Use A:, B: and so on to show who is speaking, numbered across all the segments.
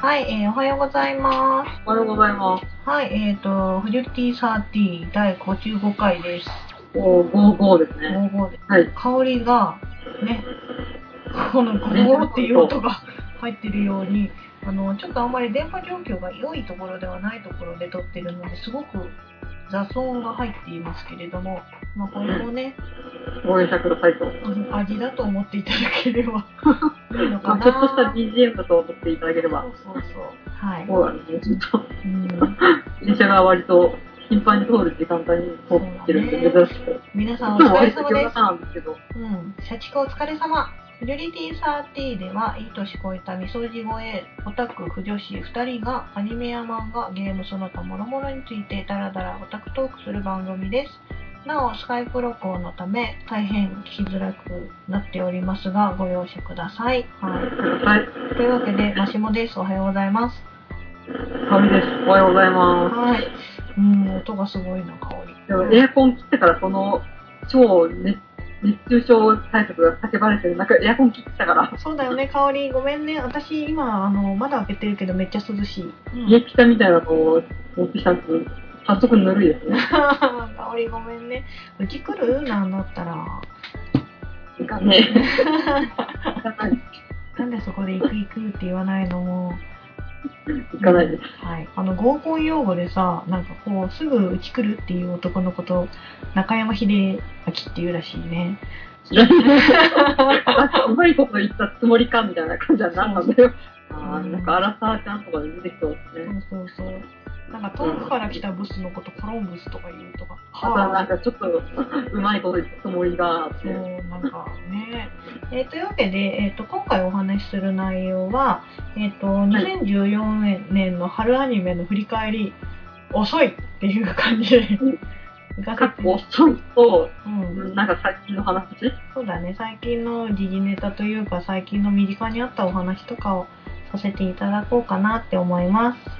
A: はい、えーおはようございます。
B: おはようございます。
A: はい、えっ、ー、と、フジティサーティー第55回です。
B: おー、ゴーゴーですね。
A: 55です。
B: はい。
A: 香りが、ね、このゴロゴロっていう音が入ってるように、あの、ちょっとあんまり電波状況が良いところではないところで撮ってるので、すごく雑音が入っていますけれども、まあ、これもね、
B: 応援してくださいと。
A: あの味だと思っていただけれ ばいいの
B: ま
A: か
B: あ、
A: な。
B: ちょっとした BGM だと思っていただければ。
A: そうそうそう。はい。
B: そうなんですね。ちょっ
A: うん
B: と、電車が割と頻繁に通る時間帯に通ってるんで、珍しく。
A: 皆さんお
B: 今日
A: 疲れ
B: 割と
A: 様
B: 夜
A: です。
B: 中なんですけど。
A: うん、社畜お疲れ様。フジョリティサーティーでは、いい年こいたみそじ声、オタク、不女子2人がアニメや漫画、ゲームその他諸々についてダラダラオタクトークする番組です。なお、スカイプ録音のため、大変聞きづらくなっておりますが、ご容赦ください。は
B: はい。
A: い。というわけで、マシモです。おはようございます。
B: かみです。おはようございま
A: はい。うん、音がすごいな、香り。
B: す。でもエアコン切ってから、この、超熱、熱中症対策が叫ばれてる中、エアコン切ってたから、
A: そうだよね、香り。ごめんね。私、今、あの、まだ開けてるけど、めっちゃ涼しい。うん
B: 家来たみたいなのを持ってきたんです。早速ぬるいですね。
A: 香りごめんね。うち来るなんだったら。
B: いかね。 いかない。
A: なんでそこで行く行くって言わないのも。
B: いかないです。
A: はい。あの、合コン用語でさ、なんかこう、すぐうち来るっていう男のこと、中山秀明っていうらしいね。
B: なんかうまいこと言ったつもりかみたいな感じはなんなんだよ。あーなんかアラサーちゃんとかで出てきそうです
A: そ
B: ね。
A: うそうそう。なんか遠くから来たブスのこと、コロンブスとか言うとか。
B: あとは
A: は
B: なん
A: あ
B: かちょっとうまいこと言ったつもりがあっ
A: そう、
B: て。
A: なんかね。えーというわけで、えーと、今回お話しする内容は、えーと、2014年の春アニメの振り返り、遅いっていう感じで、 いか
B: か
A: せ、
B: ってこ遅いと、
A: うん、
B: なんか最近の話
A: そうだね、最近の時事ネタというか、最近の身近にあったお話とかをさせていただこうかなって思います。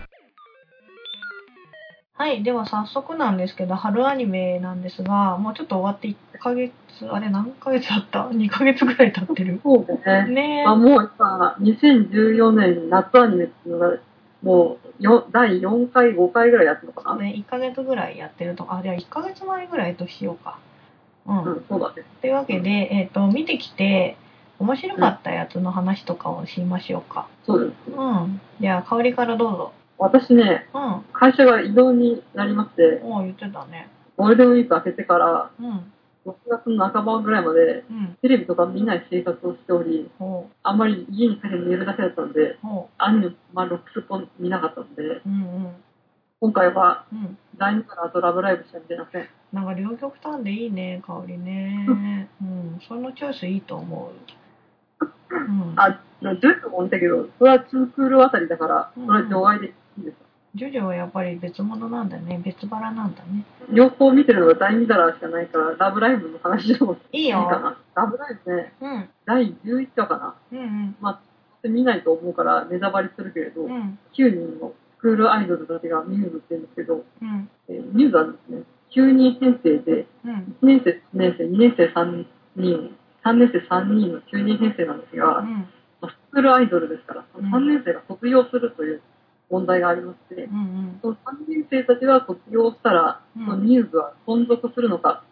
A: はい、では早速なんですけど、春アニメなんですが、もうちょっと終わって1ヶ月、あれ何ヶ月あった ?2 ヶ月ぐらい経って る。
B: そうだね。
A: ねえ
B: あ、もうさ、2014年夏アニメっていうのが、もうよ第4回、5回ぐらいやってるのかな。
A: ね、1ヶ月ぐらいやってるとあ、じゃあ1ヶ月前ぐらいとしようか。うん。
B: うん、そうだね。
A: というわけで、えっ、と、見てきて、面白かったやつの話とかをしましょうか。
B: そうです。
A: うん。じゃあ、香りからどうぞ。
B: 私ね、
A: うん。
B: 会社が移動になりまして、
A: おう言ってたね。
B: ゴールデンウィーク明けてから、
A: うん。
B: 6月の半ばぐらいまで、
A: うん。
B: テレビとか見ない生活をしており、
A: ほ
B: あんまり家に帰って寝るだけだったんで、
A: う。ほ
B: アニメ、まあ、ロックスポン見なかったんで、
A: う。うんうん。
B: 今回は
A: うん。
B: 第2からとラブライブしか見てません。
A: なんか両極端でいいね、香りね。 うん。そのチョイスいいと思う。うん。
B: あジュースも見たけど、それは2クールあたりだから、
A: う
B: そ
A: ん
B: れは除外でいいです。
A: ジョジョはやっぱり別物なんだね。別腹なんだね。
B: 両方見てるのが第2らしかないから、ラブライブの話でもい
A: いい
B: いか
A: よ。
B: な。ラブライブね、
A: うん。
B: 第11話かな。
A: うん
B: 見ないと思うからネタバレするけれど、
A: うん。うん。
B: 9人のクールアイドルたちがミューズって言うんですけど、
A: うん。
B: えーミューズはですね、9人編成で、
A: うん。
B: 1年生、1年生、2年生3人、3年生3人の9人編成なんです
A: う
B: が、
A: ん。
B: まあスクールアイドルですから、
A: うん
B: 3年生が卒業するという問題がありまして
A: う、ん
B: その3年生たちが卒業したら、
A: うん
B: そのニューズは存続するのか、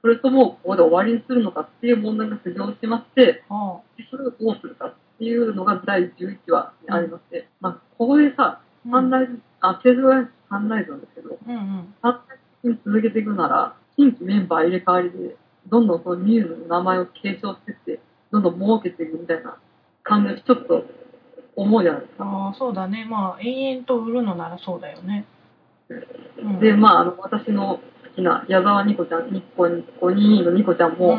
B: それともここで終わりにするのかっていう問題が浮上しまして、
A: ほ
B: それをどうするかっていうのが第11話にありまして、まあ、ここでさ、
A: う。
B: サンライズ、あ、製造会社サンライズなんですけど、
A: うんうん。
B: 短期的に続けていくなら、新規メンバー入れ替わりで、どんどんそのミューズの名前を継承していって、どんどん儲けていくみたいな感じ、ちょっと思うじゃないですか。
A: ああ、そうだね。まあ、永遠と売るのならそうだよね。うん
B: で、まあ、あの、私の好きな矢沢ニコちゃん、ニッコニコニーのニコちゃん
A: う
B: も、
A: ん。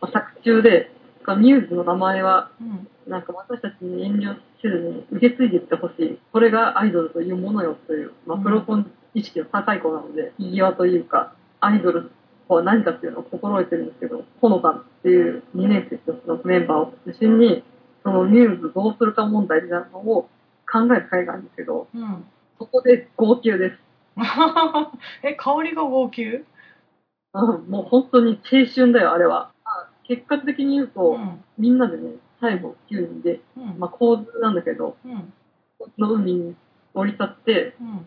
B: まあ作中で、ミューズの名前は、
A: うん。
B: なんか私たちに遠慮せずに受け継いでいってほしい。これがアイドルというものよという、まあ、
A: うん
B: プロコン意識の高い子なので、意義はというか、アイドルとは何かっていうのを心得てるんですけど、ほのかっていう2年生のメンバーを中心に、そのミューズどうするか問題みたいなのを考える会があるんですけど、
A: うん。
B: そこで号泣です。
A: え、香りが号泣
B: うん、もう本当に青春だよ、あれは。結果的に言うと、
A: ん。
B: みんなでね、最後9人で、
A: うん。
B: まあ、構図なんだけど、
A: うん。
B: の海に降り立って、
A: うん。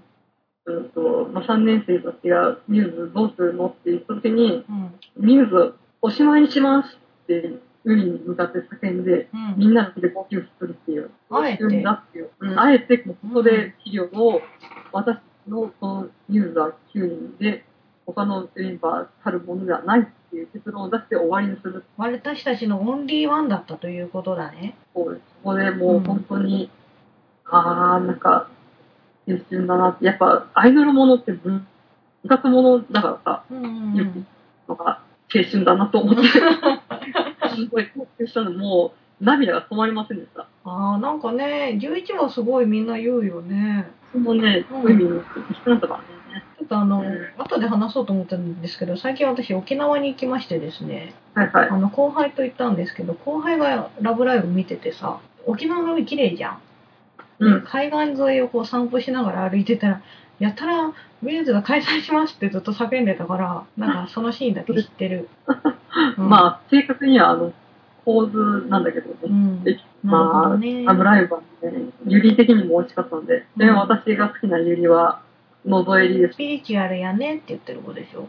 B: うんとまあ、3年生たちがミューズどうするのって言った時に、
A: うん。
B: ミューズおしまいにしますって海に向かって叫んで、
A: うん。
B: みんなで号泣するっていう。
A: あえて
B: うんだっていう。うんあえて、ここで企業を、私のこのユーザー9人で、他のメンバーたるものではないっていう結論を出して終わりにする。
A: 私たちのオンリーワンだったということだね。
B: こうそこでもう本当に、あー、なんか、青春だなって。やっぱ、アイドルものって分割ものだからさ、
A: うん
B: うんのが青春だなと思って、すごい興奮したの、もう涙が止まりませんでした。
A: ああ、なんかね、11もすごいみんな言うよね。
B: そのね、海に行ってなんとかね。
A: ちょっとあの、
B: うん
A: 後で話そうと思ったんですけど、最近私沖縄に行きましてですね、
B: はいはい
A: あ。の後輩と行ったんですけど、後輩がラブライブ見ててさ、沖縄の海綺麗じゃん。
B: うん。
A: 海岸沿いをこう散歩しながら歩いてたら、やたら、ミューズが開催しますってずっと叫んでたから、なんかそのシーンだけ知って る。うん
B: まあ、正確には、あの、構図なんだけどね。
A: うん。な
B: え
A: るほ
B: ま
A: ど
B: あ、
A: ね。
B: ラブライブはね、ユリ的にも美味しかったので、で、
A: うん
B: 私が好きなユリは、のぞえりです
A: ス。ピリチュアルやねって言ってる子でしょ。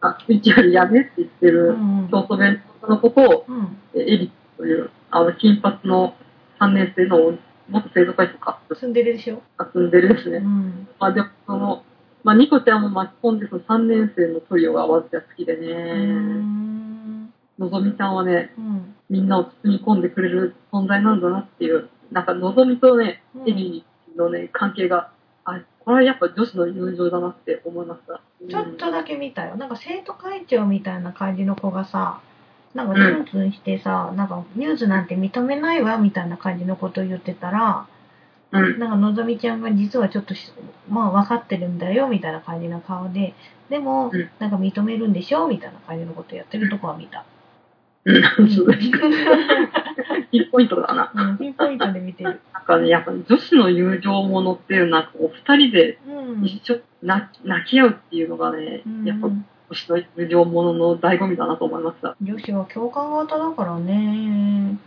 B: あ、一応やめって言って
A: う
B: る、
A: んうん。
B: 京都弁のことを、
A: うん。
B: えエリという、あの、金髪の3年生の元生徒会長か、
A: 住んでるでしょ。
B: が住んでるんです
A: う
B: ね。
A: ん。
B: まあ、でも、その、まあ、ニコちゃんも巻き込んで、その3年生のトリオが私は好きで
A: うー
B: ね、
A: ん。
B: のぞみちゃんはね、
A: うん。
B: みんなを包み込んでくれる存在なんだなっていう、なんか、のぞみとね、
A: うん
B: エリーのね、関係が、あ、これはやっぱ女子の友情だなって思いました。
A: ちょっとだけ見たよ。なんか生徒会長みたいな感じの子がさ、なんかツンツンしてさ、なんかニュースなんて認めないわみたいな感じのことを言ってたら、
B: うん、うん、
A: なんかのぞみちゃんが実はちょっとし、まあ分かってるんだよみたいな感じの顔で、でも
B: うん、
A: なんか認めるんでしょみたいな感じのことやってるとこは見た。
B: う、
A: うんん
B: そうですね。ピンポイントだな。
A: うん、ピンポイントで見てる。
B: なんかね、やっぱ女子の友情ものっていう、なんかお二人で
A: うん。
B: 一緒、泣き泣き合うっていうのがね、
A: うん
B: やっぱ女子の友情ものの醍醐味だなと思いました。
A: 女子は共感型だからね。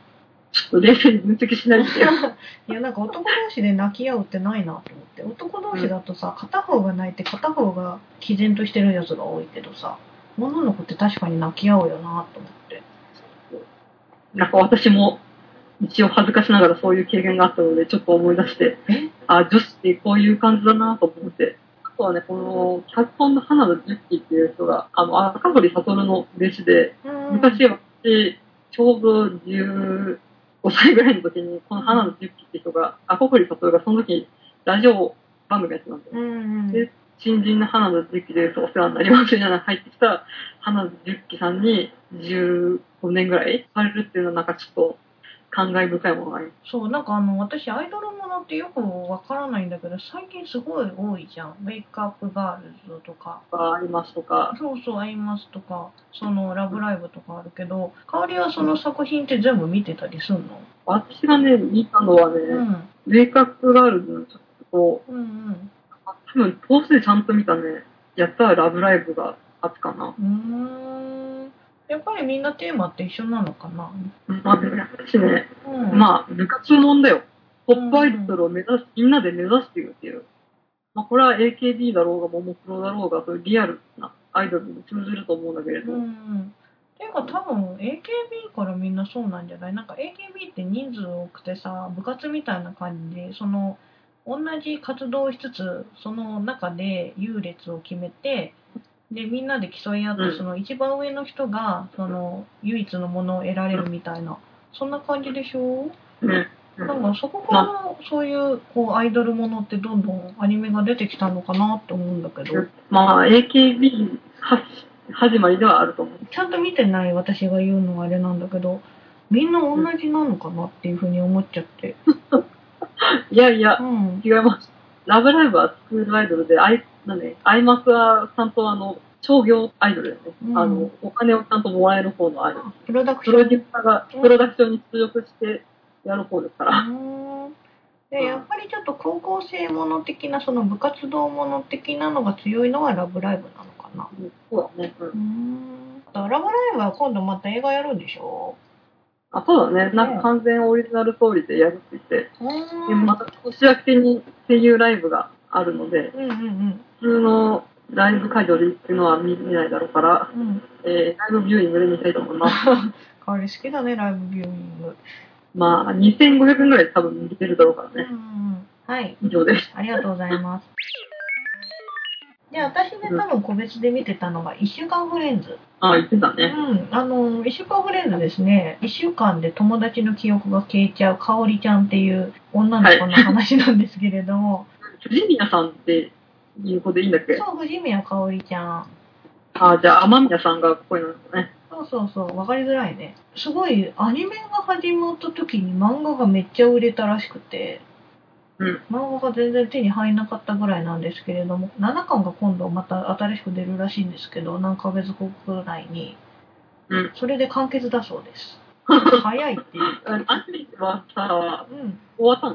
B: ちょっと冷静に分析 しないでよ。
A: いや、なんか男同士で泣き合うってないなと思って。男同士だとさ、片方が泣いて片方が毅然としてるやつが多いけどさ、女の子って確かに泣き合うよなと思って。
B: なんか私も一応恥ずかしながらそういう経験があったので、ちょっと思い出して
A: え、
B: あ、女子ってこういう感じだなと思って。あとはね、この、脚本の花田ジュッキーっていう人が、あの、赤堀悟の弟子で、
A: うん
B: 昔私、ちょうど15歳ぐらいの時に、この花田ジュッキーって人が、赤堀悟がその時、ラジオ番組やってたんですよ。
A: うんうん。
B: で新人の花田樹です。お世話になりますみたいな入ってきた花田樹さんに15年ぐらいされるっていうのはなんかちょっと感慨深いものがあります。
A: そう、なんかあの、私アイドルものってよくわからないんだけど、最近すごい多いじゃん。メイクアップガールズとか。
B: ありますとか、
A: そうそう、アイマスとか、その、ラブライブとかあるけど、香りはその作品って全部見てたりすんの
B: 私がね、見たのはね、
A: うん。
B: ウェイクアップガールズのちょっとこ
A: うんうん。
B: う、あ多分当時ちゃんと見たね、やったらラブライブが初かな。
A: うーんやっぱりみんなテーマって一緒なのかな。
B: まあ、でもやっぱしね、
A: うん、あ、
B: まあ、部活もんだよ。トップアイドルを目指す、みんなで目指していくっていう。まあ、これは AKB だろうが、ももクロだろうが、そういうリアルなアイドルに通ずると思うんだけれ
A: う
B: ど、
A: ん。ていうか多分 AKB からみんなそうなんじゃないなんか AKB って人数多くてさ、部活みたいな感じで、その、同じ活動をしつつ、その中で優劣を決めて、で、みんなで競い合って
B: う、ん
A: その一番上の人が、その、唯一のものを得られるみたいな、そんな感じでしょ
B: ね
A: なんかそこからそういうこうアイドルものってどんどんアニメが出てきたのかなって思うんだけど、
B: まあ、AKB は始まりではあると思う。
A: ちゃんと見てない私が言うのはあれなんだけど、みんな同じなのかなっていうふうに思っちゃって。
B: いやいや
A: う、ん。
B: 違います。ラブライブはスクールアイドルで、アイなんでアイマスはちゃんとあの商業アイドルだよね、
A: うん
B: あの。お金をちゃんともらえる方のアイドル。
A: プロダクシ
B: プ
A: ョン
B: ロデューサーがプロダクションに出力してやる方ですから。
A: うーんでやっぱりちょっと高校生もの的なその部活動もの的なのが強いのは「ラブライブ!」なのかな
B: そうだね。うん
A: うーんあとラブライブ!」は今度また映画やるんでしょ
B: あ、そうだね。なんか完全オリジナルストーリーでやるって言って。
A: うーん
B: でまた年明けに声優ライブがあるので、
A: うんうん
B: 普通のライブ会場で行くのは見見ないだろうから、
A: うんうん
B: えーライブビューイングで見たいと思います。
A: あれ好きだねライブビューイング
B: まあ、2500円ぐらいで多分見れるだろうから
A: うんう
B: ね。
A: んはい
B: 以上です。
A: ありがとうございますで私ね多分個別で見てたのが「1週間フレンズ」
B: あ、言ってたね。
A: うん、あの、一週間フレンズですね、一週間で友達の記憶が消えちゃう、かおりちゃんっていう女の子の話なんですけれど も、
B: 藤宮さんっていう子でいいんだっけ
A: そう、藤宮かおりちゃん。
B: あ、じゃあ、天宮さんがこういうのですね。
A: そうそうそう、わかりづらいね。すごい、アニメが始まった時に漫画がめっちゃ売れたらしくて、
B: うん
A: 漫画が全然手に入らなかったぐらいなんですけれども、7巻が今度また新しく出るらしいんですけど、何ヶ月後くらいに、
B: うん
A: それで完結だそう です。早いっていう。
B: あアニメはさ、
A: うん
B: 終わった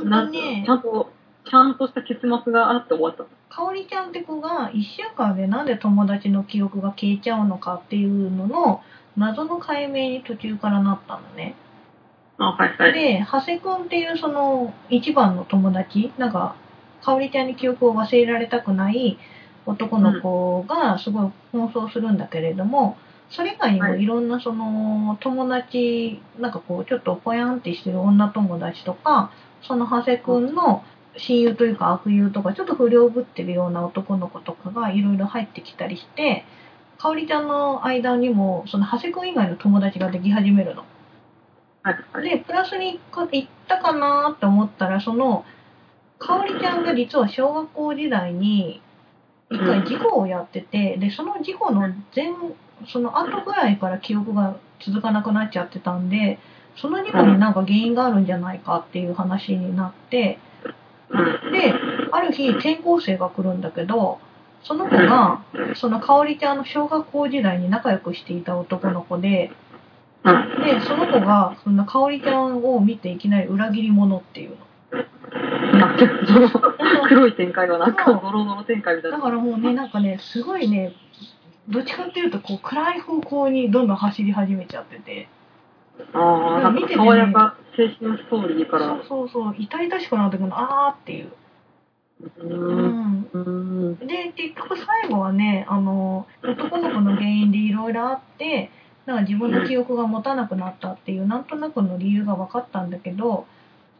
A: なん
B: な
A: か
B: んて
A: ね
B: ちゃ、んと、ちゃんとした結末があって終わったの。
A: かおりちゃんって子が1週間でなんで友達の記憶が消えちゃうのかっていうのの謎の解明に途中からなったのね。
B: あ、はいはい。
A: で、長谷くんっていうその一番の友達、なんか、かおりちゃんに記憶を忘れられたくない男の子がすごい奔走するんだけれども、それ以外にも
B: はい
A: いろんなその友達、なんかこうちょっとぽやんってしてる女友達とか、その長谷くんの親友というか悪友とか、ちょっと不良ぶってるような男の子とかがいろいろ入ってきたりして、かおりちゃんの間にも、その長谷くん以外の友達ができ始めるの。
B: はいはい。
A: でプラスに行ったかなって思ったらそのかおりちゃんが実は小学校時代に一回事故をやっててでその事故の前その後ぐらいから記憶が続かなくなっちゃってたんでその事故になんか原因があるんじゃないかっていう話になって
B: うん。
A: である日転校生が来るんだけどその子がそのかおりちゃんの小学校時代に仲良くしていた男の子で。
B: うん。
A: で、その子が、そんな香織ちゃんを見ていきなり裏切り者って いうの。
B: なんか、その、黒い展開がなんか、ドロドロ展開みたい
A: だ
B: な。
A: からもうね、なんかね、すごいね、どっちかっていうと、こう、暗い方向にどんどん走り始めちゃってて。
B: ああ、なんか、爽やか青春ストーリーか
A: そ
B: ら
A: う。そうそう、痛々しくなってくるの、あーっていう。
B: う
A: う
B: ーん。
A: ん。
B: うーん。
A: で、結局最後はね、あの、男の子の原因でいろいろあって、なんか自分の記憶が持たなくなったっていう、なんとなくの理由が分かったんだけど、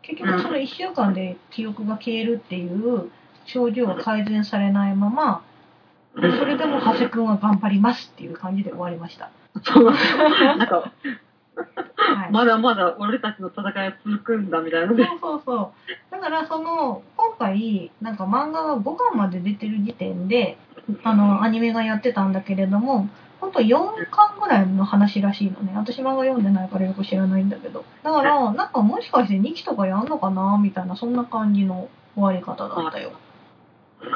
A: 結局その1週間で記憶が消えるっていう症状が改善されないまま、それでも長谷くんは頑張りますっていう感じで終わりました。
B: そう。なんか、
A: はい。
B: まだまだ俺たちの戦いは続くんだみたいな
A: そ
B: ね。
A: うそうそう。だからその、今回、なんか漫画が5巻まで出てる時点で、あの、アニメがやってたんだけれども、ほんと4巻ぐらいの話らしいのね。私漫画読んでないからよく知らないんだけど。だから、なんかもしかして2期とかやんのかなみたいな、そんな感じの終わり方だったよ。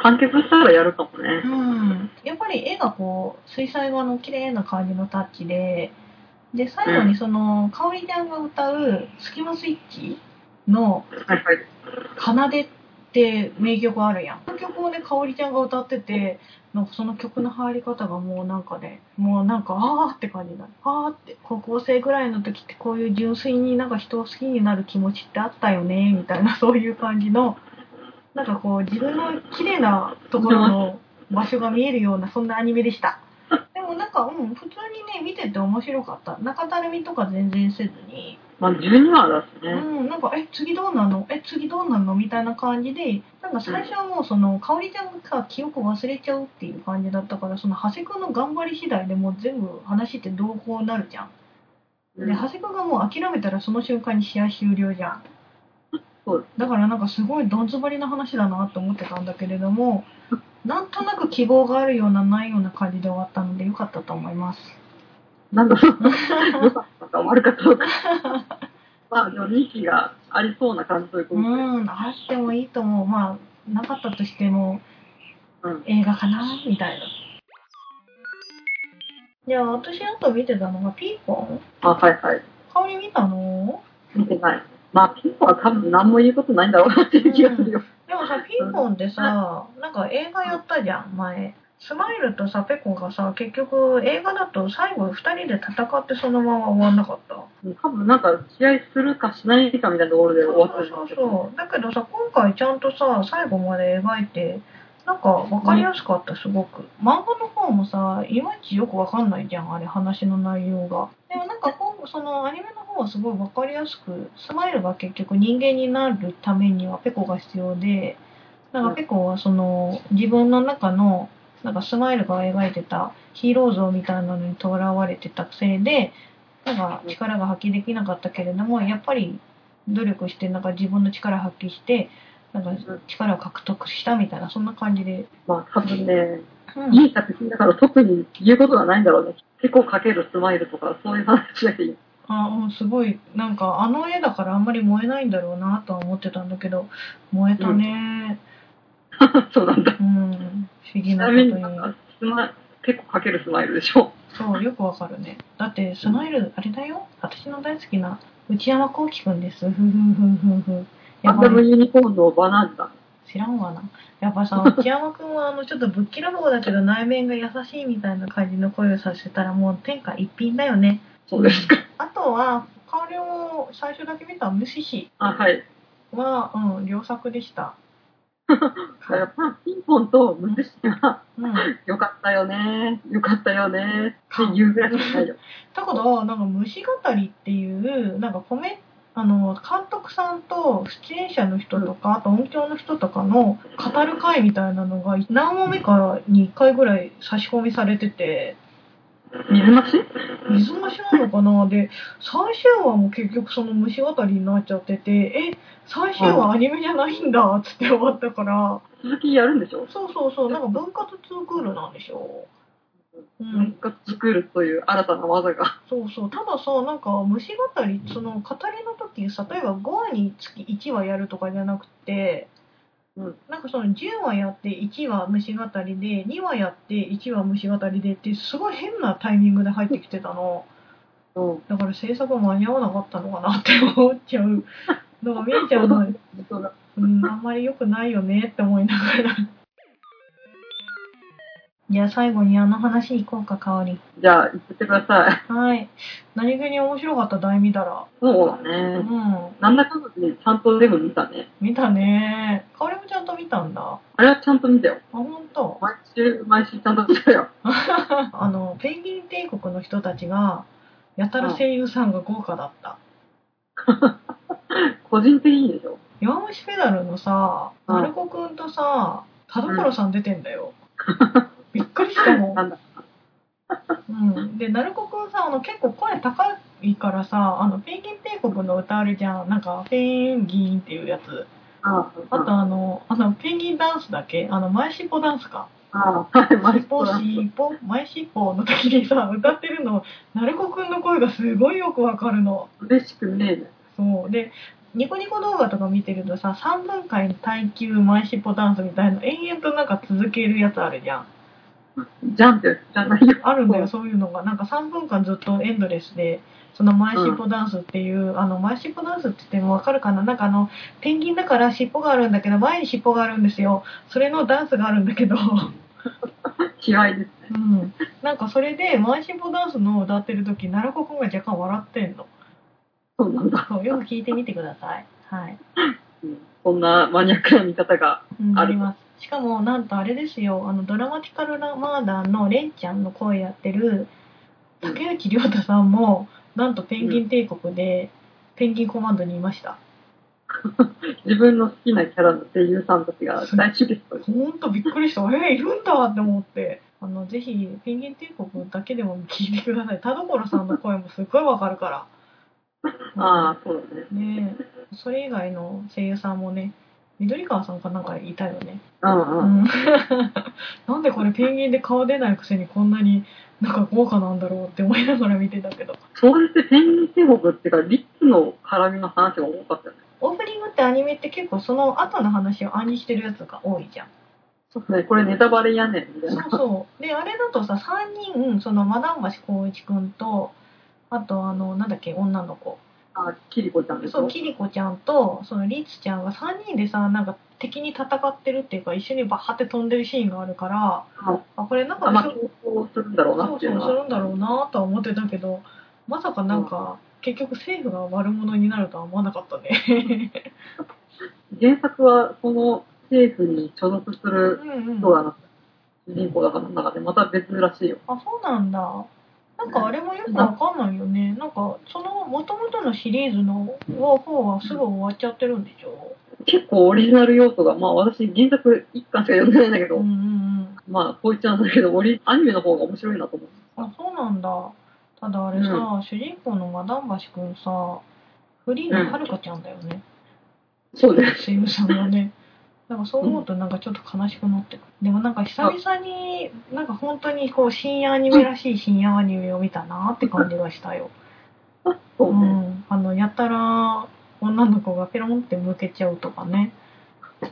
B: 完結したらやるかもね
A: う。ん。やっぱり絵がこう、水彩画の綺麗な感じのタッチで、で、最後にその、かおりちゃんが歌う、スキマスイッチの、
B: はいはい。
A: 奏でって名曲あるやん。その曲をね、かおりちゃんが歌ってて、なんかその曲の入り方がもうなんかね、もうなんか、あーって感じになる。あーって、高校生ぐらいの時ってこういう純粋になんか人を好きになる気持ちってあったよね、みたいなそういう感じの、なんかこう自分の綺麗なところの場所が見えるようなそんなアニメでした。でもなんか、うん、普通にね、見てて面白かった。中だるみとか全然せずに、
B: まあ、12話だしね。
A: うん、なんか、え、次どうなのえ、次どうなのみたいな感じで、なんか最初はもうその、かおりちゃんが記憶忘れちゃうっていう感じだったから、その、長谷くんの頑張り次第でもう全部話って同行になるじゃん。
B: う
A: で、
B: ん
A: 長谷くんがもう諦めたらその瞬間に試合終了じゃん。
B: そう
A: だからなんかすごいどん詰まりな話だなと思ってたんだけれども、なんとなく希望があるようなないような感じで終わったのでよかったと思います。
B: なんだろう。良かったか悪かったか。まあ、でも2期がありそうな感じというこ
A: う
B: とで。
A: ん、あってもいいと思う。まあ、なかったとしても、
B: うん
A: 映画かなみたいな。いや、私あと見てたのがピーポン。
B: あ、はいはい。
A: 香り見たの
B: 見てない。まあ、ピンポンは多分何も言うことないんだろうなっていう気がするよ。
A: でもさ、ピンポンってさ、なんか映画やったじゃん、前。スマイルとさ、ペコがさ、結局映画だと最後2人で戦ってそのまま終わんなかった。
B: 多分なんか、試合するかしないかみたいなところで終わ
A: そ
B: っ
A: うそう
B: てしまう。
A: そう。だけどさ、今回ちゃんとさ、最後まで描いて、なんか分かりやすかった、すごく。漫画の方もさ、いまいちよく分かんないじゃん、あれ、話の内容が。でもなんかこう、そのアニメの方はすごい分かりやすく、スマイルが結局人間になるためにはペコが必要で、なんかペコはその、自分の中の、なんかスマイルが描いてたヒーロー像みたいなのにとらわれてたせいで、なんか力が発揮できなかったけれども、やっぱり努力してなんか自分の力発揮してなんか力を獲得したみたいなそんな感じで、
B: まあ、多分ね、
A: うん
B: いい作品だから特に言うことはないんだろうね。結構かけるスマイルとか、そういう話しなきゃいい。
A: あうん、すごいなんかあの絵だからあんまり燃えないんだろうなとは思ってたんだけど燃えたね
B: そうなんだ。
A: うん、不思議
B: ち
A: な
B: な
A: こ
B: みに
A: とに
B: なんか、スマ結構かけるスマイルでしょ。
A: そうよくわかるねだってスマイルあれだよ私の大好きな内山聖輝くんですふふふふふや
B: あ
A: ば
B: でも
A: い
B: ユニコーンのバナーズだ。
A: 知らんわなやっぱさ内山くんはあのちょっとぶっきらぼうだけど内面が優しいみたいな感じの声をさせたらもう天下一品だよね
B: そうですか。
A: あとは、香りを最初だけ見た無視比
B: あ、はい。
A: は、うん、良作で した。
B: やっぱピンポンと無視が
A: うん。
B: 良かったよね、良かったよねって言うぐらいしかないよ。
A: だから、なんか虫語りっていう、なんかコメ、あの、監督さんと出演者の人とか、あと音響の人とかの語る会みたいなのが何問目かに1回ぐらい差し込みされてて、
B: 水増し
A: 水増しなのかなで、最終話も結局その虫語りになっちゃってて、え、最終話アニメじゃないんだっつって終わったから、
B: 続きやるんでしょ
A: そうそうそう、なんか分割ツークールなんでしょう。う
B: なん
A: ん、
B: か作るという新たな技が。
A: そうそう。たださ、なんか虫語り、その語りの時さ、例えば5話につき1話やるとかじゃなくて、
B: うん
A: なんかその10話やって1話虫語りで、2話やって1話虫語りでって、すごい変なタイミングで入ってきてたの。
B: うん。
A: だから制作間に合わなかったのかなって思っちゃう。なんか見えちゃうの、
B: そうだ
A: うん、あんまり良くないよねって思いながら。 じゃあ最後にあの話行こうか、かおり。
B: じゃあ、言ってください。
A: はい。何気に面白かった大見だら。
B: そうだ
A: う
B: ね。
A: ん。
B: なんだかんだでちゃんと全部見たね。
A: 見たねかおりもちゃんと見たんだ。あ、
B: あれはちゃんと見たよ。
A: ほんと。
B: 毎週、毎週ちゃんと見たよ。
A: あの、ペンギン帝国の人たちが、やたら声優さんが豪華だった。
B: 個人的にでしょ。
A: 弱虫ペダルのさ、
B: うん
A: 鳴子くんとさ、田所さん出てんだよ。びっくりしたもん
B: な。んだ。
A: うん、で鳴子くんさあの結構声高いからさあのペンギン帝国の歌あるじゃんなんかペンギンっていうやつ
B: あ
A: あとあのあのペンギンダンスだっけあの前尻尾ダンスか
B: あ、あはい、毎
A: 尻
B: 週
A: 尾
B: だ。
A: 尻尾前尻尾の時にさ歌ってるの鳴子くんの声がすごいよくわかるの
B: 嬉しくねえね。
A: そうでニコニコ動画とか見てるとさ3分間耐久前尻尾ダンスみたいな延々となんか続けるやつあるじゃん
B: じゃんって、じゃないよ。
A: あるんだよ、
B: うん
A: そういうのが。なんか3分間ずっとエンドレスで、その前尻尾ダンスっていう、あの、前尻尾ダンスって言ってもわかるかななんかあの、ペンギンだから尻尾があるんだけど、前に尻尾があるんですよ。それのダンスがあるんだけど、う
B: 気合いです。
A: ん。なんかそれで、前尻尾ダンスの歌ってる時、奈良子くんが若干笑ってんの。
B: そうなんだ。
A: そう、よく聞いてみてください。はい。
B: うんそんなマニアックな見方が。
A: うん、
B: あ
A: あ
B: る
A: ります。しかも、なんとあれですよ、あの、ドラマティカルなマーダーのレンちゃんの声やってる、竹内涼太さんも、なんとペンギン帝国で、ペンギンコマンドにいました。
B: 自分の好きなキャラの声優さんたちが大集結という。
A: ほんとびっくりした。えー、いるんだって思って。あの、ぜひ、ペンギン帝国だけでも聞いてください。田所さんの声もすっごいわかるから。
B: ああ、そうだね。
A: ねえそれ以外の声優さんもね、緑川さんかなんかいたよね。
B: うん
A: う
B: うん。
A: ん なんでこれペンギンで顔出ないくせにこんなになんか豪華なんだろうって思いながら見てたけど
B: そうやってペンギン帝国っていうか、リッツの絡みの話が多かったよね。
A: オープニングってアニメって結構その後の話を暗にしてるやつが多いじゃん
B: そうですね、これネタバレやねん、みたい
A: そ
B: な。
A: うそうであれだとさ3人そのマダン橋光一くんとあとあのなんだっけ女の子
B: あ、キリコちゃんでし
A: そう
B: ょ
A: キリコちゃんとそのリツちゃんが3人でさなんか敵に戦ってるっていうか一緒にバッって飛んでるシーンがあるから
B: あ
A: あこれなん
B: あまあ、
A: か
B: 競争するんだろうな
A: そう
B: って
A: そ
B: いう
A: う
B: のは。
A: するんだろうなとは思ってたけどまさかなんか、結局政府が悪者になるとは思わなかったね
B: 原作はこの政府に所属す
A: う
B: る
A: ん、うん、
B: 人が主人公だからの中でまた別らしいよ。
A: あそうなんだなんかあれもよくわかんないよねなんかその元々のシリーズの方はすぐ終わっちゃってるんでしょ
B: 結構オリジナル要素が、まあ私原作一巻しか読んでないんだけ
A: う
B: ど、
A: んうんうん
B: まあこう言っちゃうんだけど、オリアニメの方が面白いなと思う。
A: あそうなんだただあれさ、主人公のマダンバシ君さフリーのはるかちゃんだよね、
B: そうです。
A: 声優さんがねなんかそう思うとなんかちょっと悲しくなってくるでもなんか久々になんか本当にこう深夜アニメらしい深夜アニメを見たなって感じがしたよ、う
B: そうね。
A: ん、あのやたら女の子がペロンって向けちゃうとかね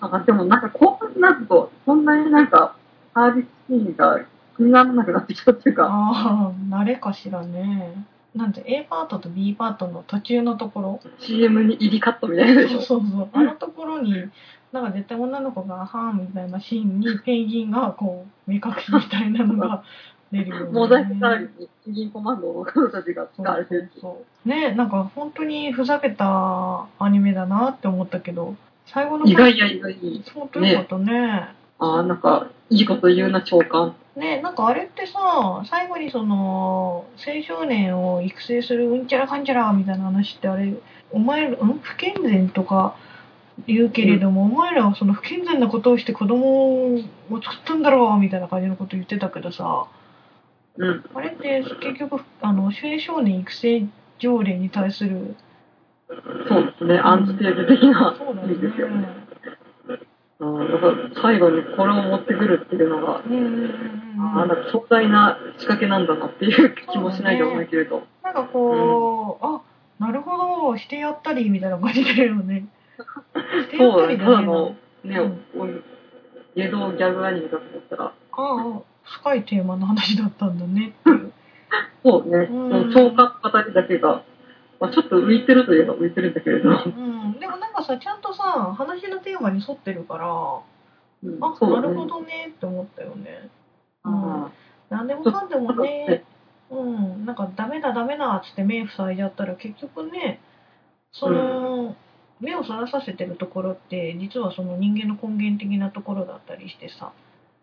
B: あでもなんか後半になると、そんなになんかサービスシーンが気にならなくなってきたっていうか、
A: ああ慣れかしらねなんで A パートと B パートの途中のところ
B: CM に入りカットみたいなでし
A: そう
B: ょ。
A: そうそう。あのところに、なんか絶対女の子が、はーみたいなシーンに、ペンギンが、こう、目隠しみたいなのが出るよ、 ね。
B: モザイク代わりに一銀コマンドの彼女たちが使
A: そう
B: われて
A: そ
B: る
A: う。そう。ねなんか本当にふざけたアニメだなって思ったけど、最後の
B: 意外や意外に。
A: 相当よかったね。
B: ああ、なんか、いいこと言うな、長官。
A: ねなんかあれってさ、最後にその、青少年を育成するうんちゃらかんちゃらみたいな話ってあれ、お前ら、ん不健全とか言うけれども、お前らはその不健全なことをして子供を作ったんだろうみたいな感じのこと言ってたけどさ、
B: うん。
A: あれって結局、あの、青少年育成条例に対する、
B: そうですね、アンチテーゼ的な
A: そうだ
B: 意味ですよ
A: よ
B: ね。
A: ね。
B: うん、だから最後にこれを持ってくるっていうのが、
A: うんうんうん
B: あ
A: う
B: あ、
A: ん。
B: なんか壮大な仕掛けなんだなっていう気もしないでもないけれど。
A: なんかこう、あなるほど、してやったりみたいな感じだよ ね。してやっ
B: そ
A: た
B: うだね、
A: り
B: た
A: だね
B: だの、ね、
A: うん
B: お芸能ギャグアニメだと思ったら、
A: ああ、深いテーマの話だったんだねって いう。
B: そうね、そ
A: うん
B: の長官の語りだけが、まあ、ちょっと浮いてるといえば浮いてるんだけれど、
A: うん、でもなんかさ、ちゃんとさ、話のテーマに沿ってるから、
B: うん
A: あ、
B: そう
A: な
B: だ
A: るほ
B: ね。
A: どねって思ったよね。うん
B: あ
A: なんでもかんでも
B: そう
A: ね
B: ね、
A: うん、なんかダメだダメだっつって目塞いじゃったら結局ね、その、目をそらさせてるところって実はその人間の根源的なところだったりしてさ、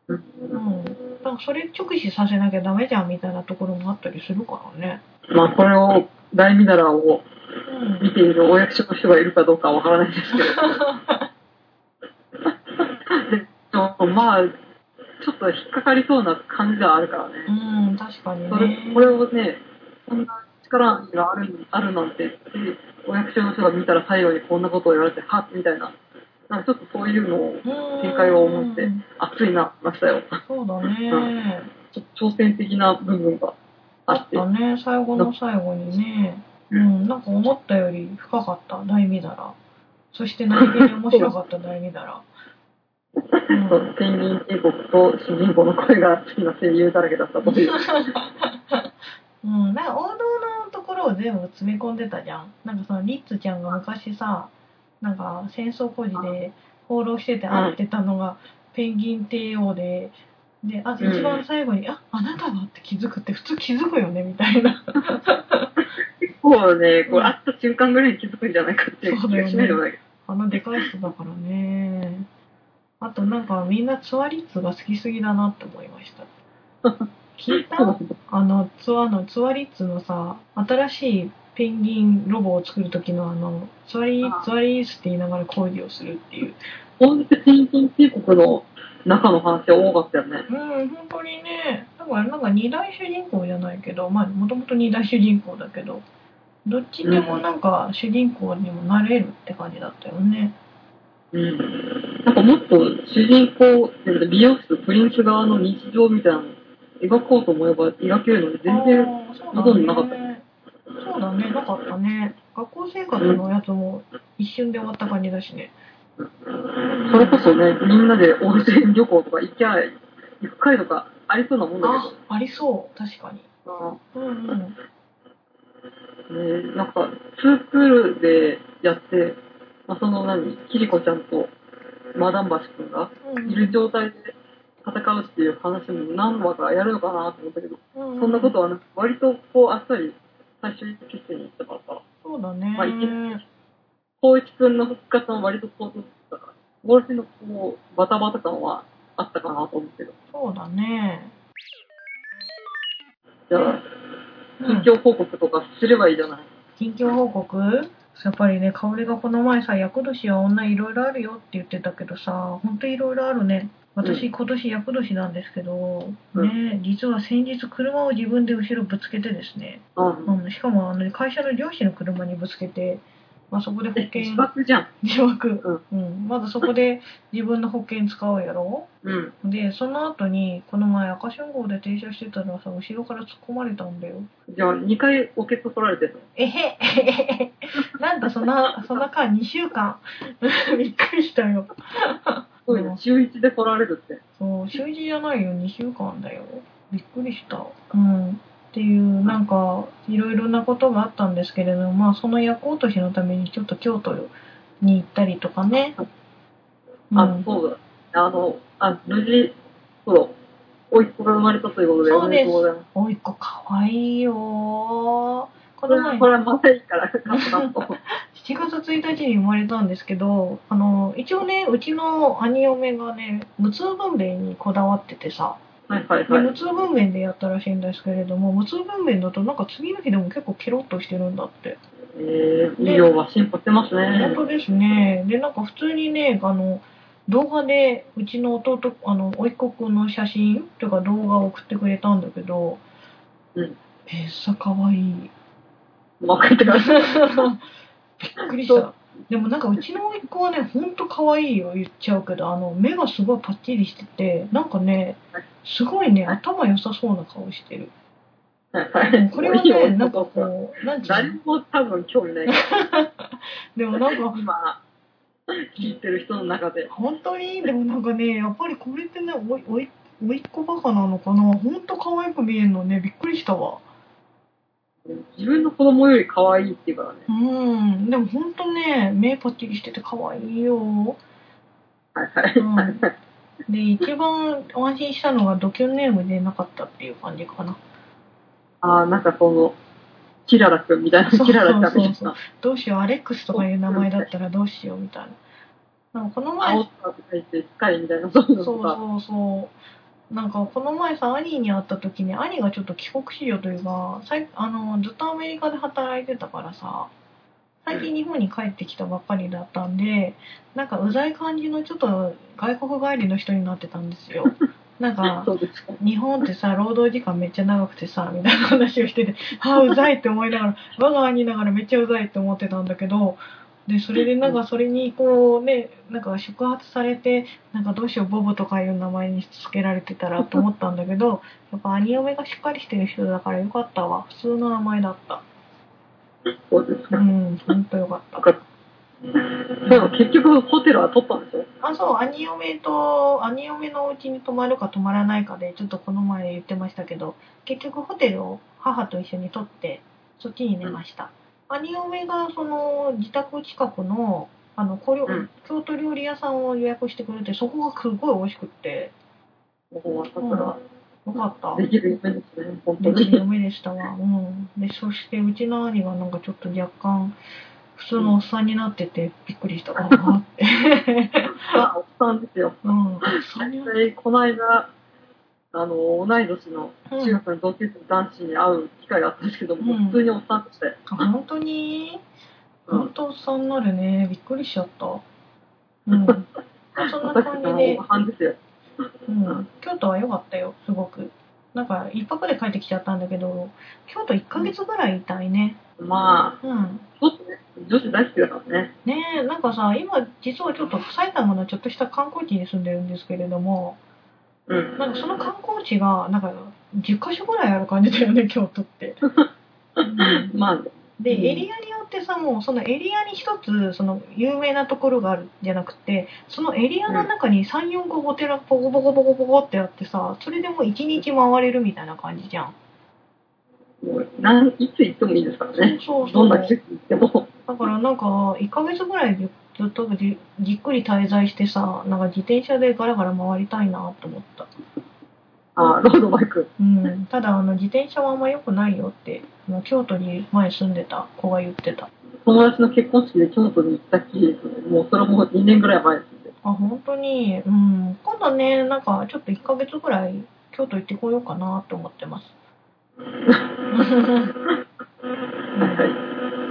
B: ーう
A: うんん、なんかそれ直視させなきゃダメじゃんみたいなところもあったりするからね。
B: まあ、これを、大見習を
A: うん
B: 見ているお役所の人がいるかどうかはわからないですけど。でもまあ、ちょっと引っかかりそうな感じではあるからね。
A: うん、確かにね。
B: それこれをね、そんな力があるあるなんてって、お役所の人が見たら最後にこんなことを言われて、はっみたいな、なんかちょっとそういうのを
A: 展
B: 展開を思って熱いな、ましたよ。
A: そうだ
B: う
A: ね。
B: ちょっと挑戦的な部分があ
A: あ
B: っ、
A: ってたね、最後の最後にね。う
B: うん
A: ん、なんか思ったより深かった、大見だら。そして何気に面白かった、大見だら。うん
B: そうペンギン帝国と主人公の声が好きな声優だらけだったと いう。
A: うん、なんか王道のところを全部詰め込んでたじゃん。なんかそのリッツちゃんが昔さ、なんか戦争孤児で放浪してて会ってたのがペンギン帝王で、で、あと一番最後に、あ、あなただって気づくって普通気づくよね、みたいな。
B: 結構ね、こう会った瞬間ぐらいに気づくんじゃないかっていう気がしないでもないけど。
A: あのでかい人だからね。あとなんかみんなツアーリッツが好きすぎだなって思いました。聞い
B: そうな
A: た
B: んだ
A: あのツアーのツアーリッツのさ、新しいペンギンロボを作る時のあの、ツアリ
B: あ
A: ツアリースって言いながら講義をするっていう。
B: 本当にペンギン帝国の中の話は多かったよね。
A: うん、本当にね、だからなんか二大主人公じゃないけど、まあもともと二大主人公だけど、どっちでもなんか主人公にもなれるって感じだったよね。
B: うんなんかもっと主人公、美容室、プリンス側の日常みたいなのを描こうと思えば描けるのに全然、
A: あー
B: ほとんどなかった
A: そうだね、なかったね。学校生活のやつも一瞬で終わった感じだしね。
B: それこそね、みんなで温泉旅行とか行きゃ、行く回とかありそうなもんだ
A: あ、ありそう、確かに。
B: けど、
A: うんうん。
B: ね、なんか、ツークールでやって、まあ、その何、キリコちゃんとマダンバシ君が
A: うん
B: いる状態で戦うっていう話も何話かやるのかなと思ったけど、
A: うん
B: そんなことはなく、割とこう、あっさり最終決戦に行ったから、
A: そうだね、
B: まあいけ光一君の復活は割とこう、だから、ゴルフのこう、バタバタ感はあったかなと思うけど、
A: そうだね
B: じゃあ、
A: うん
B: 近況報告とかすればいいじゃない。
A: 近況報告やっぱりね香りがこの前さ厄年は女いろいろあるよって言ってたけどさほんといろいろあるね私、今年厄年なんですけど、
B: うん
A: ね実は先日車を自分で後ろぶつけてですね、
B: うん。
A: うん、しかもあの会社の漁師の車にぶつけて、まあ、そこで保
B: え、
A: 険
B: 自爆じゃん。
A: 自爆、うん、まずそこで自分の保険使おうやろ
B: うん。
A: でその後にこの前赤信号で停車してたらさ後ろから突っ込まれたんだよ
B: じゃあ、2回おけつ取られてるの。
A: えへなんとそんなそんな間2週間 びっくりしたよ
B: すごいね。週1で取られるって。
A: そう週一じゃないよ2週間だよびっくりしたうんっていうなんかいろいろなことがあったんですけれどもまあその夜行都市のためにちょっと京都に行ったりとかねうん
B: あ、そうだ。あの、あ、無事、そう、おいっ子が生まれたということで、
A: そうです
B: おめでとうございます。
A: おいっ子かわいいよこ
B: こ
A: の
B: れ
A: 前
B: は、これはまたいいから、カット カット。
A: 7月1日に生まれたんですけどあの一応ねうちの兄嫁がね無痛分娩にこだわっててさ
B: はいはい
A: で
B: は
A: 無
B: い。
A: 痛分娩でやったらしいんですけれども無痛分娩だとなんか次の日でも結構ケロッとしてるんだって
B: えー、医療は進歩してますね
A: 本。当ですねでなんか普通にねあの動画でうちの弟あの甥っ子くんの写真というか動画を送ってくれたんだけど、
B: うん
A: めっさかわい い
B: まかってください。
A: びっくりした。でもなんかうちの甥っ子はね、ほんと可愛いよ、言っちゃうけど、あの、目がすごいパッチリしてて、なんかね、すごいね、頭良さそうな顔してる。
B: はいはい。
A: これはね、な
B: な
A: んん
B: か
A: か
B: こう。
A: こう、なんていう
B: 誰
A: の
B: も多分興味ない。
A: でもなんか、
B: 今、聞いてる人の中で。
A: 本当にでもなんかね、やっぱりこれってね、おい、おい、甥っ子バカなのかなほんと可愛く見えるのね、びっくりしたわ。
B: 自分の子供より可愛いっていうからね。
A: うん、でもほんとね、目パッチリしてて可愛いよ。
B: はいは
A: う
B: い。
A: ん。で、一番安心したのがドキュンネームでなかったっていう感じかな。
B: あー、なんかその、キララくんみたいな、
A: そう
B: キララちゃんみた
A: そう
B: い
A: そう
B: な。
A: どうしよう、アレックスとかいう名前だったらどうしようみたいな。なんかこの前
B: 青、とか書いて、深いみたいな、そういう
A: そう
B: のとか。
A: そうそう。なんかこの前さ、兄に会った時に、兄がちょっと帰国子女というか、最あのずっとアメリカで働いてたからさ、最近日本に帰ってきたばっかりだったんで、なんかうざい感じのちょっと外国帰りの人になってたんですよ。なんか、
B: そうですか。
A: 日本ってさ労働時間めっちゃ長くてさみたいな話をしてて ああうざいって思いながら我が兄ながらめっちゃうざいって思ってたんだけどでそれでなんかそれにこうねなんか触発されてなんかどうしようボブとかいう名前に付けられてたらと思ったんだけど やっぱ兄嫁がしっかりしてる人だからよかったわ普通の名前だった
B: そうです
A: う
B: か。
A: んほんとよかった
B: でも結局、ホテルは取ったんでしょ
A: あそう兄嫁と兄嫁のお家に泊まるか泊まらないかでちょっとこの前言ってましたけど結局ホテルを母と一緒に取ってそっちに寝ました、兄嫁がその自宅近くのあの小料、
B: うん
A: 京都料理屋さんを予約してくれてそこがすごい美味しくって
B: もう終わったか
A: よかった
B: ら、できる夢ですね、本当
A: できる
B: に。
A: 夢でしたわ、うん、でそしてうちの兄がなんかちょっと若干普通のおっさんになっててびっく りしたわーって
B: まあ、おっさんですよ。
A: うんおっさんになっ
B: で、この間、あの、同い年の中学の同級生の男子に会う機会があったんですけども、
A: うん
B: 普通におっさんとして。
A: あ本当に
B: う
A: 本
B: ん。
A: 当おっさんになるねびっくりしちゃったうんそんな
B: 私た
A: 感
B: ち
A: じ
B: の
A: で
B: お、はんですよ。
A: うん、京都は良かったよすごくなんか一泊で帰ってきちゃったんだけど京都1ヶ月ぐらいいたいね
B: まあ、
A: うん
B: ちょっとね、女子大好きだからね。
A: ねえなんかさ今実はちょっと埼玉のちょっとした観光地に住んでるんですけれども
B: うん。
A: なんかその観光地がなんか10カ所ぐらいある感じだよね京都って、うん
B: まあ、
A: で、
B: うん
A: エリアによってさもうそのエリアに一つその有名なところがあるんじゃなくてそのエリアの中に34個お寺ポコポコポコポコってあってさそれでもう一日回れるみたいな感じじゃん
B: もうなんいつ行ってもいいですからね。
A: そうそ
B: ど
A: うん
B: な季節行っても。
A: だからなんか1ヶ月ぐらいずずっとじじっくり滞在してさなんか自転車でガラガラ回りたいなと思った、
B: あーロードバイク。
A: うん、ただあの自転車はあんま良くないよってあの京都に前住んでた子が言ってた
B: 友達の結婚式で京都に行ったっきりですね。もうそれも2年ぐらい前ですね。
A: あ本当にうん今度ねなんかちょっと1ヶ月ぐらい京都行ってこようかなと思って ます
B: はいはい。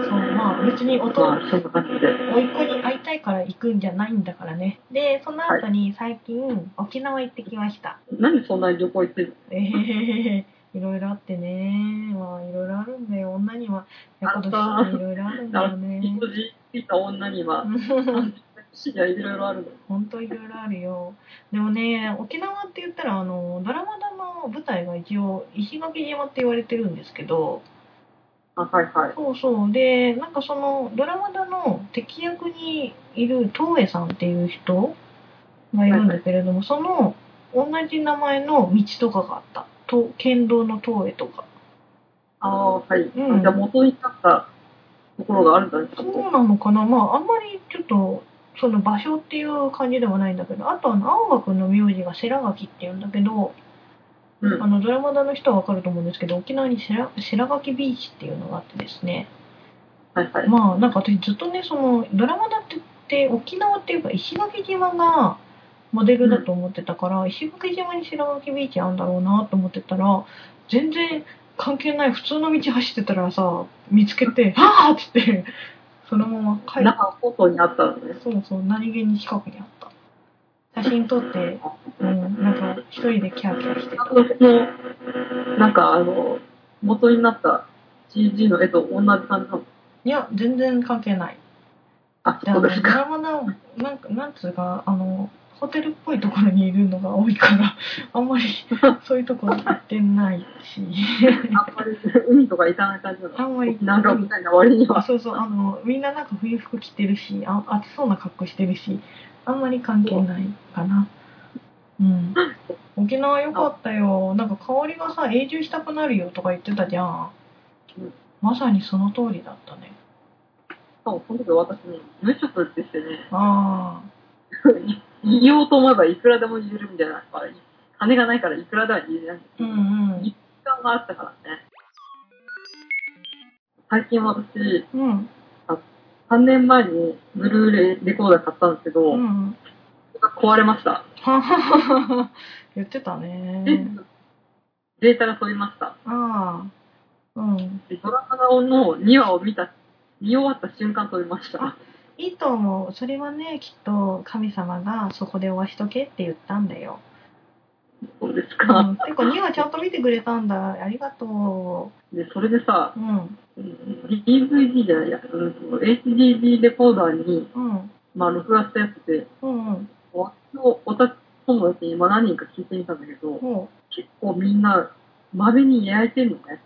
A: そうまあ別にお父
B: まあ、そんな感じで。
A: 甥っ子に会いたいから行くんじゃないんだからねでその後に最近沖縄行ってきました
B: なんでそんなに旅行行ってる
A: ええいろいろあってね。まあ、いろいろあるんだよ。女には、やこと
B: あ
A: していろいろあるんだよね。
B: の ?1 時ついた女には、シニアいろいろあるの。
A: 本当いろいろあるよ。でもね、沖縄って言ったら、あの、ドラマだの舞台が一応、石垣島って言われてるんですけど、
B: あ、はいはい。
A: そうそう。で、なんかその、ドラマだの敵役にいる東江さんっていう人がいるんだけれども、その、同じ名前の道とかがあった。と県道の東江とか。
B: ああ、はい。
A: うん
B: じゃあ元に立ったところがあるんだね。きっと
A: そうなのかな、まあ、あんまりちょっとその場所っていう感じではないんだけどあとあの青葉くんの名字が世良垣っていうんだけど
B: うん
A: あ。のドラマだの人はわかると思うんですけど沖縄に世良白垣ビーチっていうのがあってですね
B: はいはい。
A: まあなんか私ずっとねそのドラマだってって沖縄っていうか石垣島がモデルだと思ってたから、石垣島に白垣ビーチあるんだろうなと思ってたら全然関係ない普通の道走ってたらさ見つけ て「ああ!」っつってそのまま帰って
B: なんか外にあったのね。
A: そうそう、何気に近くにあった。写真撮って、うん、なんか一人でキャーキャーして
B: あ
A: た。
B: とこの、なんかあの、元になった CG の絵と同じ感じなの。
A: いや、全然関係ない。
B: あ、
A: であ
B: そう
A: の
B: です
A: ド
B: か。
A: ラマの、なんか、なんつうか、あの、ホテルっぽいところにいるのが多い から、あんまりそういうところ行ってない し、
B: あんまり海とか行かない感じなの。
A: あんまり、
B: なんかみたいな割には。
A: そうそう、あの、みんななんか冬服着てるし、あ暑そうな格好してるし、あんまり関係ないかな。うん。沖縄良かったよ。なんか香りがさ、永住したくなるよとか言ってたじゃん
B: うん。
A: まさにその通りだったね。
B: そう、その時私ね、無職ってしてね、
A: あ
B: 言いようと思えばいくらでも言えるみたいな。まあ金がないからいくらでは言えない。
A: あ。うん
B: 時間があったからね。最近私、
A: うん。うん。
B: 3年前にブルーレイレコーダー買ったんですけど、
A: うん。
B: 壊れました。
A: はははは。 言ってた
B: で
A: ね。
B: データが飛びました。
A: ああ。うん。
B: でドラマの2話を見た、見終わった瞬間飛びました。
A: いいと思う。それはね、きっと神様がそこでお会いしとけって言ったんだよ。
B: そうです
A: う
B: か。
A: ん、てか、ニはちゃんと見てくれたんだ。ありがと
B: で、それでさ、
A: う。うん。
B: DVD じゃないや、うんと HDD レコーダーに、
A: うん。
B: まあ、録画したやつで、
A: うんうん。
B: 私のおた友達に、まあ、何人か聞いてみたんだけど、
A: ほ
B: 結構みんな、まめに焼いてんのね。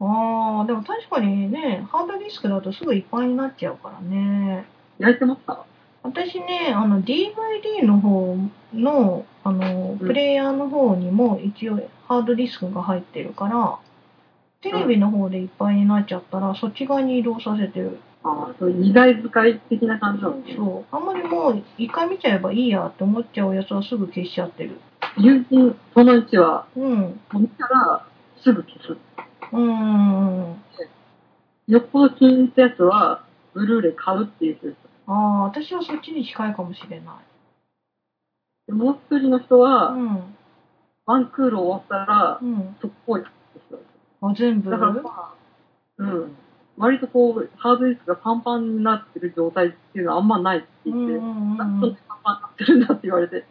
A: う。ああ、でも確かにね、ハードディスクだとすぐいっぱいになっちゃうからね。
B: 焼いてました
A: 私ね、あの DVD の方の、あの、
B: うん
A: プレイヤーの方にも一応ハードディスクが入ってるから、テレビの方でいっぱいになっちゃったら、そっち側に移動させてる。
B: ああ、そういう二台使い的な感じなのね。
A: そう。あんまりもう、一回見ちゃえばいいやって思っちゃうやつはすぐ消しちゃってる。
B: 友人、その1は、
A: うん。
B: もう見たら、すぐ消す。
A: うん。
B: よっぽど気に入ったやつは、ブルーレイ買うっていう人です。
A: ああ、私はそっちに近いかもしれない。
B: でもう一人の人は、
A: うん。
B: ワンクール終わったら
A: う、ん。
B: そこ行くんですよ。
A: あ、全部
B: だからまあ、うん。割とこう、ハードディスクがパンパンになってる状態っていうのはあんまないって
A: う
B: 言
A: んう
B: って、
A: んう
B: なん
A: んう
B: で
A: ん。
B: パンパンになってるんだって言われて、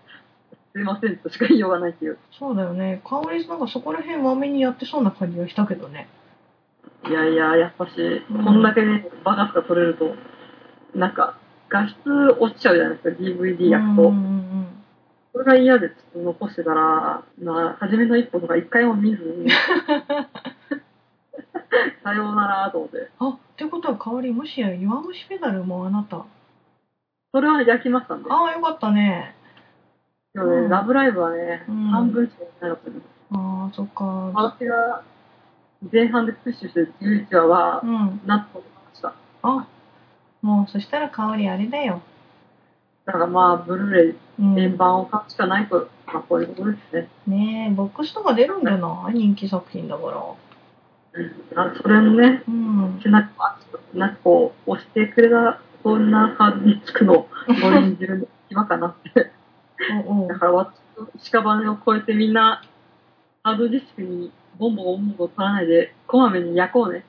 B: すいませんとしか言いようがないっていう。
A: そうだよね。香りなんかそこら辺まめにやってそうな感じがしたけどね。
B: いやいや、やっぱし、
A: うん
B: こんだけね、バカスが取れると、なんか、画質落ちちゃうじゃないですか、DVD 焼く
A: うんう
B: と。
A: んうん
B: それが嫌でちょっと残してたら、まあ、初めの一歩とか一回も見ず に、さようならと思って。
A: うん。あ、ってことは香りもしや弱虫ペダルもあなた。
B: それは焼きましたんで。
A: ああ、よかったね。
B: でもね、
A: うん
B: ラブライブはね、
A: うん
B: 半分しか見てなかったです。
A: ああ、そっか。
B: 私が前半でプッシュして11話は
A: う、ん。
B: なっと思いました。
A: あ、もうそしたら香りあれだよ。
B: だからまあ、ブルーレ
A: うん。
B: イ、円盤を買うしかないと、まあ、こういうことですね。
A: ねえ、ボックスとか出るんじゃない人気作品だから。
B: うん。あそれもね、
A: うん。
B: なんか、なんかこう、押してくれた、そんな感じにつくの、 五人自分の暇かなって。
A: おうお
B: だ
A: う
B: から私と屍を越えてみんな、ハードディスクにボンボンボンボン取らないで、こまめに焼こうね。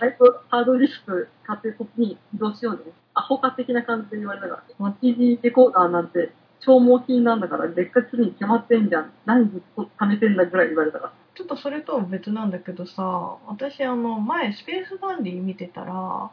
B: 最初、ハードディスク買ってそっちに移動しようね。アホ化的な感じで言われたから。CD レコーダーなんて消耗品なんだから、劣化するに決まってんじゃん。何ずっと貯めてんだぐらい言われたから。
A: ちょっとそれとは別なんだけどさ、私あの、前スペースダンディ見てたら、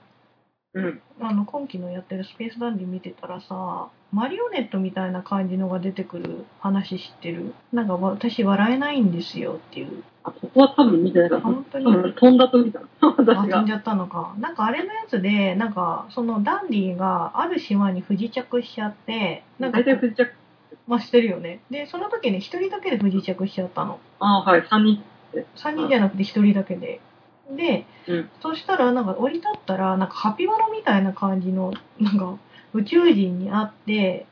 B: うん。
A: あの、今期のやってるスペースダンディ見てたらさ、マリオネットみたいな感じのが出てくる話知ってるなんか私笑えないんですよっていう。
B: あ、ここは多分見てないから、
A: 本当に
B: 多分飛んだ時だ。
A: あ
B: 私
A: 飛
B: が
A: ん。じゃったのか。なんかあれのやつで、なんかそのダンディがある島に不時着しちゃって、なんか
B: 大、体不時着。
A: まあ、してるよね。で、その時ね、一人だけで不時着しちゃったの。
B: あはい、3人。
A: 3人じゃなくて1人だけで。で、
B: うん
A: そしたらなんか降り立ったらなんかハピワラみたいな感じのなんか宇宙人に会って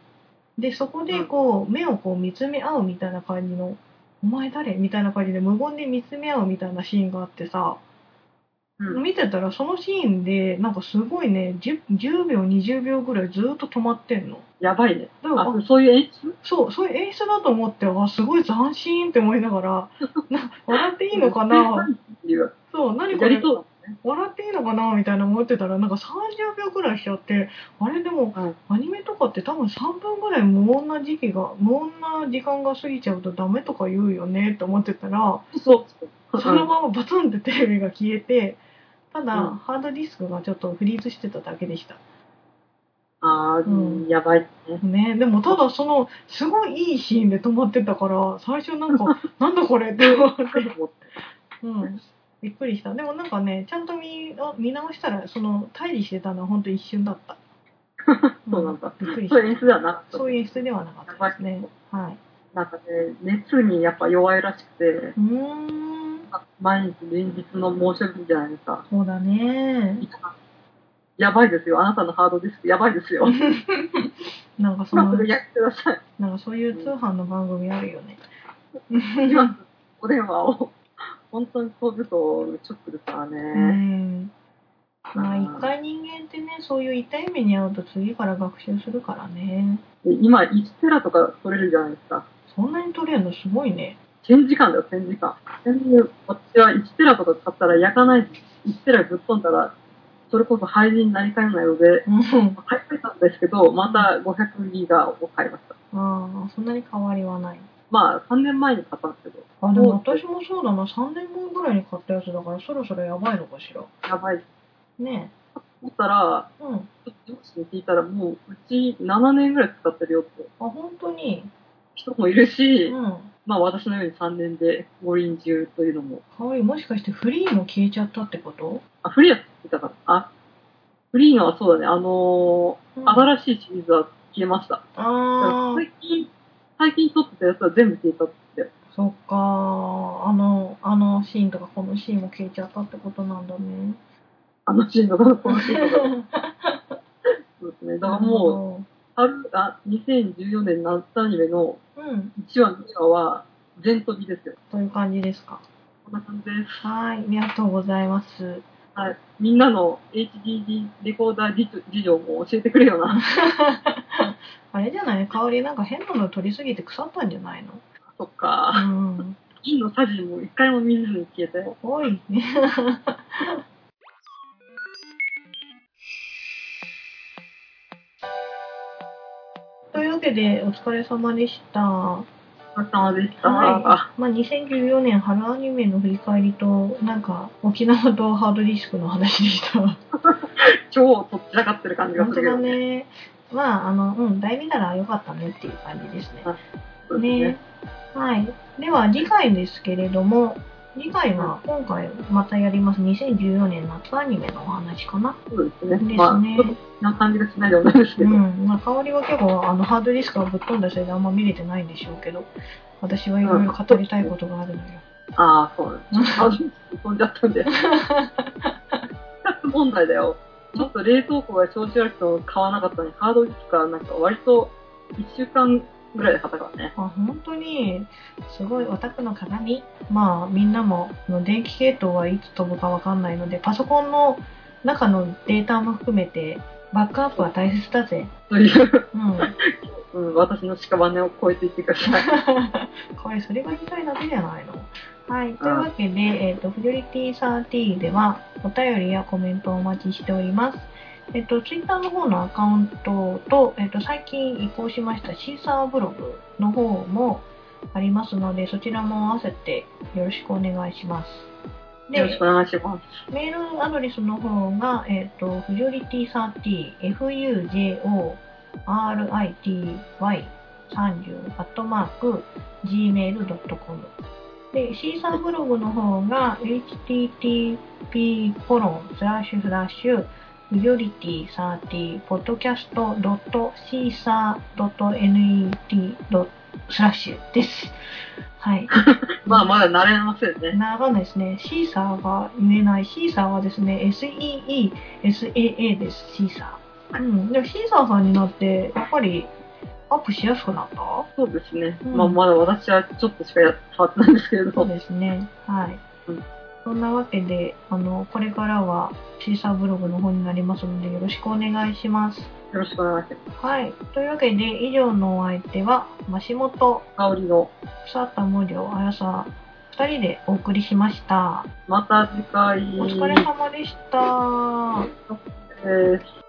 A: でそこでこう目をこう見つめ合うみたいな感じの「お前誰?」みたいな感じで無言で見つめ合うみたいなシーンがあってさ
B: うん。
A: 見てたらそのシーンでなんかすごいね 10, 10秒20秒ぐらいずっと止まってんの。
B: やばいね。
A: だから
B: あ
A: あ、
B: そういう演出
A: そう、そういう演出だと思って、あ、すごい斬新って思いながら、な笑っていいのか な
B: っていう
A: そう、何こ
B: や
A: れ
B: りそう
A: 笑っていいのかなみたいな思ってたらなんか30秒ぐらいしちゃってあれでも
B: だね。
A: アニメとかって多分3分ぐらい無音な時期が無音な時間が過ぎちゃうとダメとか言うよねって思ってたら
B: そう。
A: そのままバツンってテレビが消えてただ、
B: うん
A: ハードディスクがちょっとフリーズしてただけでした
B: あ
A: うん
B: ー、やばいね。
A: ねでもただそのすごいいいシーンで止まってたから最初なん かなんだこれって思ってうんびっくりしたでもなんかねちゃんと見あ見直したらその退治してたのは本当一瞬だった
B: そうなんだ。
A: びっくりし
B: そういう演
A: た。
B: 出だな。
A: そういう演出ではなかったですね。はい。
B: なんかね、熱にやっぱ弱いらしくて、
A: うーん。
B: 毎日連日の猛暑日じゃないですか。
A: そうだね。
B: やばいですよ。あなたのハードディスクやばいですよ。
A: なんかそ
B: 今
A: の
B: す、ぐ焼いてください。
A: なんかそういう通販の番組あるよね。
B: 今すぐお電話を。本当に飛ぶとショックですから
A: う
B: ね。
A: ん。まあ一回人間ってね、そういう痛い目に遭うと次から学習するからね。
B: で今1テラとか取れるじゃないですか。
A: そんなに取れるのすごいね。
B: 1000時間だよ、1000時間。私は1テラとか買ったら焼かない、1テラぶっ飛んだら、それこそ廃人になりかねないので、
A: うん。
B: 買い替えたんですけど、また500ギガを買いました。
A: ああ、そんなに変わりはない。
B: まあ、3年前に買ったんですけど、
A: あ、でも私もそうだな。3年分ぐらいに買ったやつだからそろそろやばいのかしら。
B: やばい。
A: ね
B: 思ったら、
A: え。うん。あ、
B: ちょっと上司に聞いたら、もう、うち7年ぐらい使ってるよって
A: 本当に。
B: 人もいるし、
A: うん。
B: まあ、私のように3年で五輪中というのも、
A: 香りもしかしてフリーも消えちゃったってこと、
B: あ、フリーは作ったから、あ、フリーのはそうだね、あの
A: う
B: ー
A: ん、
B: 新しいシリーズは消えました。
A: あー
B: 最近、最近撮ってたやつは全部消えたって。
A: そっかーあのあのシーンとかこのシーンも消えちゃったってことなんだね
B: あのシーンとか、このシーンとか。そうですね。だからもう、春、あ、2014年夏アニメの
A: ううん
B: 1話、2話は、全飛びですよ。
A: という感じですか
B: こんな感じです。
A: はいありがとうございます
B: はい。みんなの HDD レコーダー事事情も教えてくれよな。
A: あれじゃない香りなんか変なの取りすぎて腐ったんじゃないの
B: そっか。
A: うん
B: 銀のサジも一回も見ずに消えたよ。
A: おい というわけでお疲れ様でした
B: お疲れ様でした。
A: はまあ、2014年春アニメの振り返りと、なんか、沖縄とハードディスクの話でした。
B: 超とっちらかってる感じが
A: 本
B: す
A: 当
B: るけ
A: だ
B: どね。
A: ね。まあ、あの、うん、題名なら良かったねっていう感じですね。
B: そうです
A: ね。はい。では、次回ですけれども、次回は今回またやります2014年夏アニメのお話かな。
B: そうですね。
A: ですね
B: まあ、ちょっとそんな感じがしないでもないですけ
A: う
B: ど。
A: ん。まあ、香りは結構、あの、ハードディスクがぶっ飛んだせいであんま見れてないんでしょうけど、私はいろいろ語りたいことがあるのよ。
B: ああ、そうです。あ、飛んじゃったんで。 問題だよ。ちょっと冷凍庫が消費悪と買わなかったのに、ハードディスクはなんか割と1週間ぐらいで買ったから ね。
A: あ本当にすごいオタクの鏡まあみんなもあの電気系統はいつ飛ぶかわかんないのでパソコンの中のデータも含めてバックアップは大切だぜ
B: という、
A: うん
B: うん、私の屍を超えていってください。
A: これそれが言いたいだけじゃないのはいというわけで、えっとフジョリティ30ではお便りやコメントをお待ちしておりますえっと、ツイッターの方のアカウントと、えっと、最近移行しましたシーサーブログの方もありますので、そちらも合わせてよろしくお願いします。
B: よろしくお願いします。
A: メールアドレスの方が、えっ、と、フジョリティ30、fujority30、アットマーク、gmail.com。で、シーサーブログの方が、http コロンスラッシュスラッシュ、フジョリティ30、podcast.caesar.net スラッシュです。はい。
B: まあ、まだ慣れませんね。
A: ならないですね。シーサーが言えない。シーサーはですね、SEE、SAA です、シーサー。うん。でもシーサーさんになって、やっぱりアップしやすくなった
B: そうですね。
A: うん
B: まあ、まだ私はちょっとしかや触ってないんですけれど。
A: そうですね。はい。
B: うん
A: そんなわけで、あの、これからはシーサーブログの方になりますので、よろしくお願いします。
B: よろしくお願いします。
A: はい。というわけで、以上のお相手は、マシモと
B: 香りの、
A: 草田無料、あやさ、二人でお送りしました。
B: また次回。
A: お疲れ様でした。
B: です。